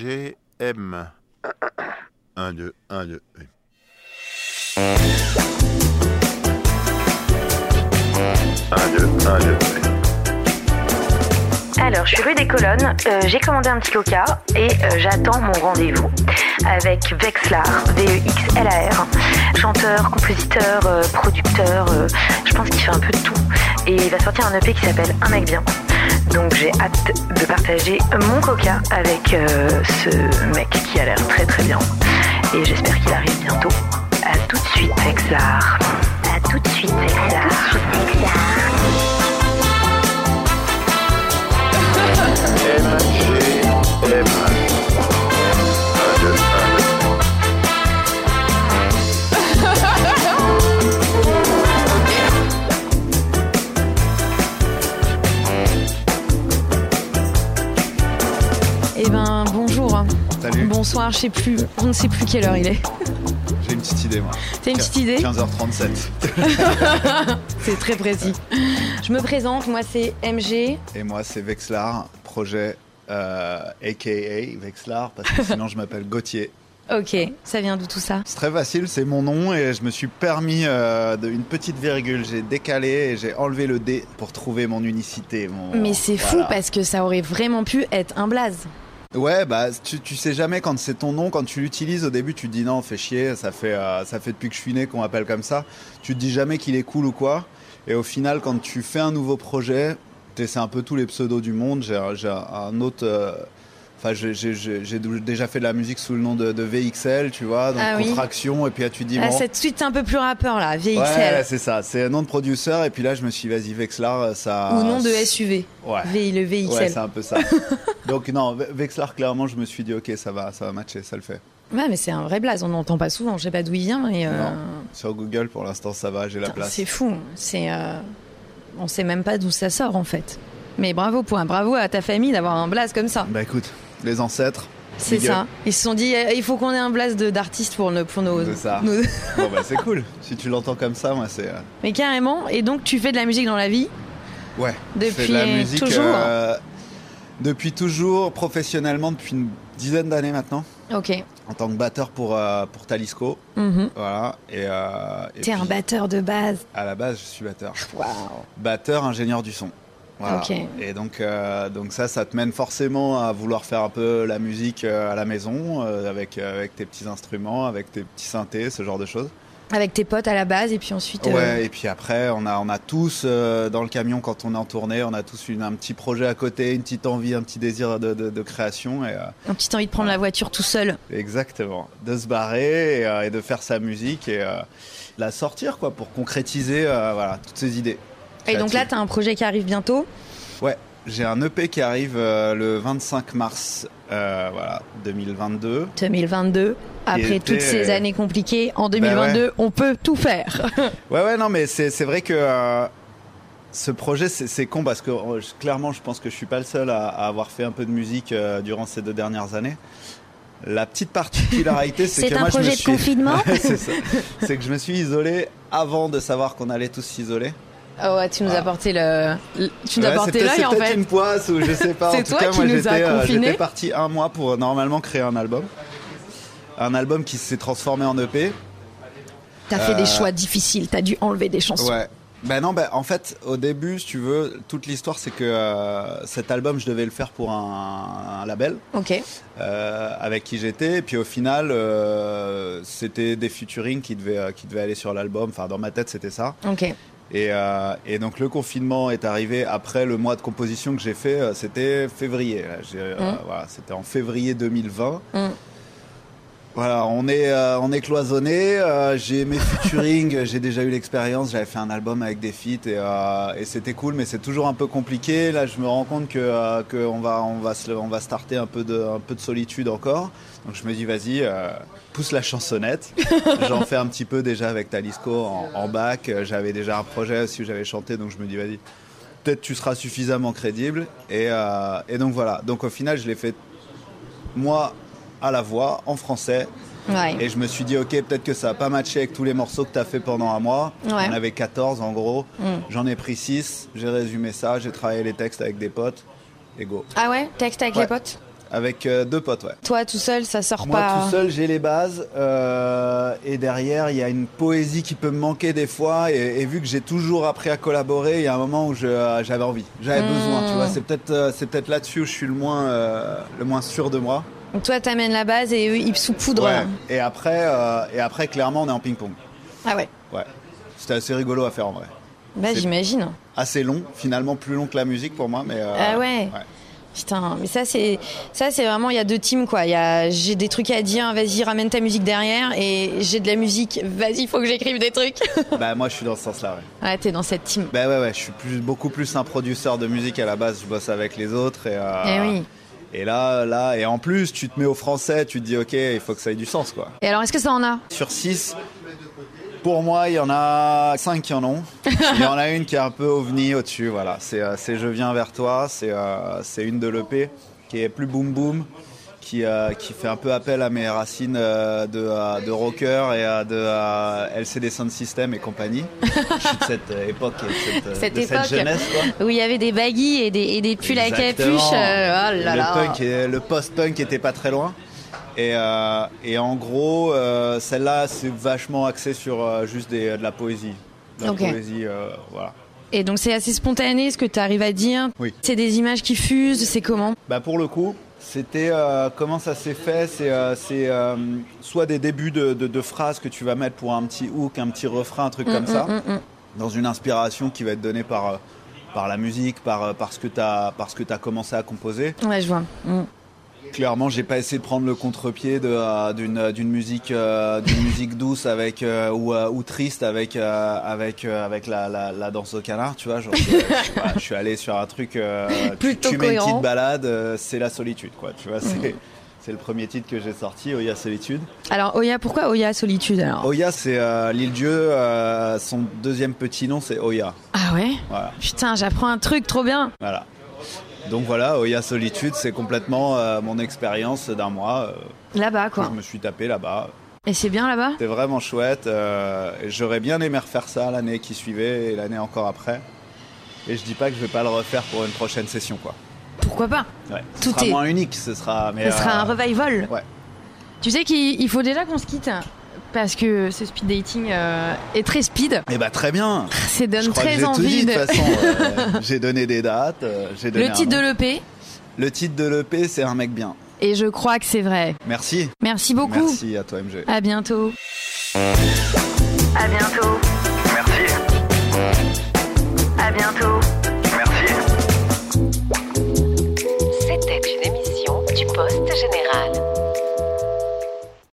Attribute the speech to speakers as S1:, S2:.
S1: MGM. 1, 2, 1, 2.
S2: Alors, je suis rue des Colonnes, euh, j'ai commandé un petit coca et euh, j'attends mon rendez-vous avec Vexlar, E V-E-X-L-A-R, chanteur, compositeur, euh, producteur, euh, je pense qu'il fait un peu de tout. Et il va sortir un EP qui s'appelle Un mec bien. Donc j'ai hâte de partager mon coca avec euh, ce mec qui a l'air très très bien. Et j'espère qu'il arrive bientôt. À tout de suite, Vexlar. À tout de suite, Vexlar.
S1: MGM. 1, 2, 1, 2.
S3: Eh ben bonjour,
S4: Salut,
S3: bonsoir, je sais plus, on ne sait plus quelle heure il est.
S4: j'ai une petite idée moi.
S3: T'as une petite idée
S4: 15h37.
S3: C'est très précis. Je me présente, moi c'est MG.
S4: Et moi c'est Vexlar, projet euh, aka Vexlar, parce que sinon je m'appelle Gauthier.
S3: Ok, ça vient d'où tout ça
S4: C'est très facile, c'est mon nom et je me suis permis euh, de- une petite virgule. J'ai décalé et j'ai enlevé le D pour trouver mon unicité. mon-
S3: Mais c'est fou
S4: Voilà.
S3: parce que ça aurait vraiment pu être un blaze.
S4: Ouais, bah tu, tu sais jamais quand c'est ton nom, quand tu l'utilises au début, tu te dis non, fais chier, ça fait euh, ça fait depuis que je suis né qu'on m'appelle comme ça. Tu te dis jamais qu'il est cool ou quoi. Et au final, quand tu fais un nouveau projet, c'est un peu tous les pseudos du monde. J'ai un- j'ai un autre. euh, Enfin, j'ai- j'ai- j'ai j'ai déjà fait de la musique sous le nom de, de VXL, tu vois, donc
S3: Ah oui.
S4: contraction. Et puis là, tu te dis
S3: Ah,
S4: bon.
S3: cette suite un peu plus rappeur là, VXL.
S4: Ouais, c'est ça. C'est un nom de producteur. Et puis là, je me suis dit, vas-y, Vexlar, ça.
S3: Ou nom de SUV,
S4: Ouais.
S3: V, le VXL.
S4: Ouais, c'est un peu ça. Donc non, Ve- Vexlar, clairement, je me suis dit, ok, ça va, ça va matcher, ça le fait.
S3: Ouais, mais c'est un vrai blaze, on n'entend pas souvent, je sais pas d'où il vient, mais euh,
S4: Non. Sur Google, pour l'instant, ça va, j'ai la
S3: putain,
S4: place.
S3: c'est fou. C'est, euh, on sait même pas d'où ça sort en fait. Mais bravo pour un bravo à ta famille d'avoir un blaze comme ça.
S4: Bah écoute, les ancêtres.
S3: C'est
S4: big
S3: ça.
S4: up.
S3: Ils se sont dit, eh, il faut qu'on ait un blast de- d'artistes pour, nos- pour nos,
S4: C'est ça.
S3: nos-
S4: Bon bah c'est cool. Si tu l'entends comme ça, moi c'est. euh,
S3: Mais carrément. Et donc, tu fais de la musique dans la vie.
S4: Ouais.
S3: Depuis
S4: je fais de la musique,
S3: toujours.
S4: euh, depuis toujours, professionnellement, depuis une dizaine d'années maintenant,
S3: Ok.
S4: en tant que batteur pour euh, pour Talisco,
S3: Mhm.
S4: voilà. Et. euh, et
S3: T'es un
S4: puis,
S3: batteur de base.
S4: À la base, je suis batteur.
S3: Waouh.
S4: batteur, ingénieur du son. Voilà.
S3: Ok.
S4: Et donc, euh, donc ça, ça te mène forcément à vouloir faire un peu la musique euh, à la maison, euh, avec, euh, avec tes petits instruments, avec tes petits synthés, ce genre de choses.
S3: Avec tes potes à la base et puis ensuite. euh,
S4: Ouais, et puis après, on a, on a tous, euh, dans le camion, quand on est en tournée, on a tous une, un petit projet à côté, une petite envie, un petit désir de, de, de création. Et, euh,
S3: Un petit envie de prendre la voiture tout seul.
S4: exactement. De se barrer et, euh, et de faire sa musique et euh, la sortir, quoi, pour concrétiser euh, voilà, toutes ces idées.
S3: Et donc
S4: créatives.
S3: là, t'as un projet qui arrive bientôt.
S4: J'ai un EP qui arrive euh, le 25 mars euh, voilà, 2022.
S3: 2022. Après
S4: était- euh, Bah
S3: toutes ces années compliquées, en 2022, on peut tout faire.
S4: Ouais, ouais, non, mais c'est c'est vrai que euh, ce projet, c'est c'est con parce que euh, je- clairement, je pense que je suis pas le seul à, à avoir fait un peu de musique euh, durant ces deux dernières années. La petite particularité, c'est
S3: C'est
S4: que
S3: un
S4: moi, je
S3: projet
S4: me
S3: de
S4: suis...
S3: confinement
S4: Ouais, c'est ça. C'est que je me suis isolé avant de savoir qu'on allait tous s'isoler.
S3: Ah ouais, tu nous as
S4: Ah.
S3: apporté le. le- Tu nous as
S4: Ouais,
S3: apporté
S4: c'est peut-être-
S3: l'œil en
S4: C'est peut-être
S3: fait.
S4: une poisse ou je sais pas.
S3: C'est
S4: en tout
S3: toi
S4: cas,
S3: qui
S4: moi,
S3: nous as
S4: j'étais, euh,
S3: confinés.
S4: J'étais parti un mois pour euh, normalement créer un album. Un album qui s'est transformé en E EP.
S3: T'as fait
S4: Euh,
S3: des choix difficiles. T'as dû enlever des chansons.
S4: Ouais. Ben non, ben en fait, au début, si tu veux, toute l'histoire, c'est que euh, cet album, je devais le faire pour un, un label
S3: Ok.
S4: euh, avec qui j'étais. Et puis au final, euh, c'était des featuring qui devaient, euh, qui devaient aller sur l'album. Enfin, dans ma tête, c'était ça.
S3: Ok.
S4: Et, euh, et donc le confinement est arrivé après le mois de composition que j'ai fait, euh, c'était février. là. J'ai, euh,
S3: Mm.
S4: voilà, c'était en février 2020.
S3: Mm.
S4: Voilà, on est, euh, on est cloisonné. euh, j'ai mes featuring, j'ai déjà eu l'expérience. J'avais fait un album avec des feats et, euh, et c'était cool, mais c'est toujours un peu compliqué. Là, je me rends compte que, euh, que on va, on va, se, on va starter un peu de, un peu de solitude encore. Donc je me dis, vas-y, euh, pousse la chansonnette. J'en fais un petit peu déjà avec Talisco en, en bac. Euh, J'avais déjà un projet aussi où j'avais chanté, donc je me dis, vas-y, peut-être tu seras suffisamment crédible. Et, euh, et donc voilà. Donc au final, je l'ai fait moi à la voix, en français.
S3: Ouais.
S4: Et je me suis dit, ok, peut-être que ça n'a pas matché avec tous les morceaux que tu as fait pendant un mois.
S3: Ouais. Mm.
S4: On avait 14 en gros. J'en ai pris 6. J'ai résumé ça. J'ai travaillé les textes avec des potes. Et go.
S3: Ah ouais Texte avec
S4: Ouais.
S3: les potes
S4: Avec euh, deux potes, ouais.
S3: Toi tout seul, ça sort
S4: Moi
S3: pas. hein.
S4: tout seul, j'ai les bases. euh, et derrière, il y a une poésie qui peut me manquer des fois. Et, et vu que j'ai toujours appris à collaborer, il y a un moment où je, euh, j'avais envie, j'avais
S3: Mm.
S4: besoin. Tu vois, c'est peut-être euh, c'est peut-être là-dessus où je suis le moins euh, le moins sûr de moi.
S3: Donc toi t'amènes la base et eux ils soupoudrent. hein.
S4: Ouais. Et après euh, et après, clairement, on est en ping-pong.
S3: Ah ouais.
S4: Ouais. C'était assez rigolo à faire en vrai.
S3: Bah
S4: C'est-
S3: j'imagine.
S4: Assez long, finalement plus long que la musique pour moi, mais. euh,
S3: Ah ouais. Putain, mais ça c'est ça c'est vraiment il y a deux teams quoi. Il y a j'ai des trucs à dire, vas-y ramène ta musique derrière et j'ai de la musique, vas-y faut que j'écrive des trucs.
S4: Bah moi, je suis dans ce sens-là. Ouais.
S3: ouais t'es dans cette team.
S4: Ben ouais, ouais, je suis plus, beaucoup plus un producteur de musique à la base. Je bosse avec les autres. Et, euh,
S3: Eh oui.
S4: et là, là, et en plus, tu te mets au français, tu te dis, ok, il faut que ça ait du sens, quoi.
S3: Et alors est-ce que ça en a
S4: Sur 6, pour moi, il y en a 5 qui en ont. Il y en a une qui est un peu ovni au-dessus, voilà. C'est euh, c'est Je viens vers toi, c'est euh, c'est une de l'EP qui est plus boom boom, qui, euh, qui fait un peu appel à mes racines euh, de, euh, de rocker et euh, de euh, LCD Sound System et compagnie. Je suis de cette euh, époque, et de cette, euh,
S3: Cette
S4: de
S3: époque.
S4: cette jeunesse, quoi.
S3: Où il y avait des baguilles et des, et des pulls à capuche. euh,
S4: Exactement.
S3: oh là
S4: le
S3: là.
S4: punk et- le post-punk était pas très loin. Et, euh, et en gros, euh, celle-là, c'est vachement axé sur euh, juste des- de la poésie. De la
S3: Ok.
S4: poésie, euh, voilà.
S3: Et donc c'est assez spontané ce que tu arrives à dire.
S4: Oui.
S3: C'est des images qui fusent, c'est comment
S4: Bah pour le coup, c'était euh, comment ça s'est fait C'est euh, c'est, euh, soit des débuts de, de- de phrases que tu vas mettre pour un petit hook, un petit refrain, un
S3: Mm,
S4: truc comme ça, dans une inspiration qui va être donnée par, euh, par la musique, par, euh, par ce que tu as, commencé à composer.
S3: Ouais, je vois. Mm.
S4: Clairement, j'ai pas essayé de prendre le contre-pied de, euh, d'une euh, d'une musique euh, d'une musique douce avec euh, ou, euh, ou triste avec euh, avec euh, avec la, la, la danse au canard, tu vois. genre, je, je- voilà, je suis allé sur un truc. euh, tu-
S3: Plutôt
S4: tu, mets une
S3: cohérent. Mm.
S4: petite balade, euh, c'est la solitude, quoi. Tu vois, c'est c'est le premier titre que j'ai sorti, Oya Solitude.
S3: Alors Oya, pourquoi Oya Solitude alors
S4: Oya, c'est euh, l'île Dieu. euh, son deuxième petit nom, c'est Oya.
S3: Ah ouais
S4: Voilà.
S3: Putain, j'apprends un truc trop bien.
S4: Voilà. Donc voilà, Oya Solitude, c'est complètement euh, mon expérience d'un mois euh,
S3: Là-bas
S4: que
S3: quoi.
S4: je me suis tapé là-bas.
S3: Et c'est bien là-bas
S4: C'était vraiment chouette. euh, J'aurais bien aimé refaire ça l'année qui suivait et l'année encore après. Et je dis pas que je vais pas le refaire pour une prochaine session, quoi.
S3: Pourquoi pas
S4: Ouais.
S3: Tout
S4: ce sera
S3: est-
S4: moins unique, ce sera. Mais
S3: Ce sera
S4: euh,
S3: un revival.
S4: ouais.
S3: Tu sais qu'il il faut déjà qu'on se quitte parce que ce speed dating euh, est très speed.
S4: Eh bah très bien.
S3: Ça
S4: je
S3: donne
S4: crois que
S3: très
S4: j'ai tout
S3: envie
S4: dit, de
S3: de.
S4: toute façon. euh, j'ai donné des dates. euh, j'ai donné
S3: Le
S4: un
S3: titre de
S4: nom.
S3: l'EP
S4: Le titre de l'EP, c'est un mec bien.
S3: et je crois que c'est vrai.
S4: Merci.
S3: Merci beaucoup.
S4: Merci à toi MG.
S3: À bientôt.
S2: À bientôt.
S1: Merci,
S2: À bientôt.
S1: merci.
S5: C'était une émission du Poste Général.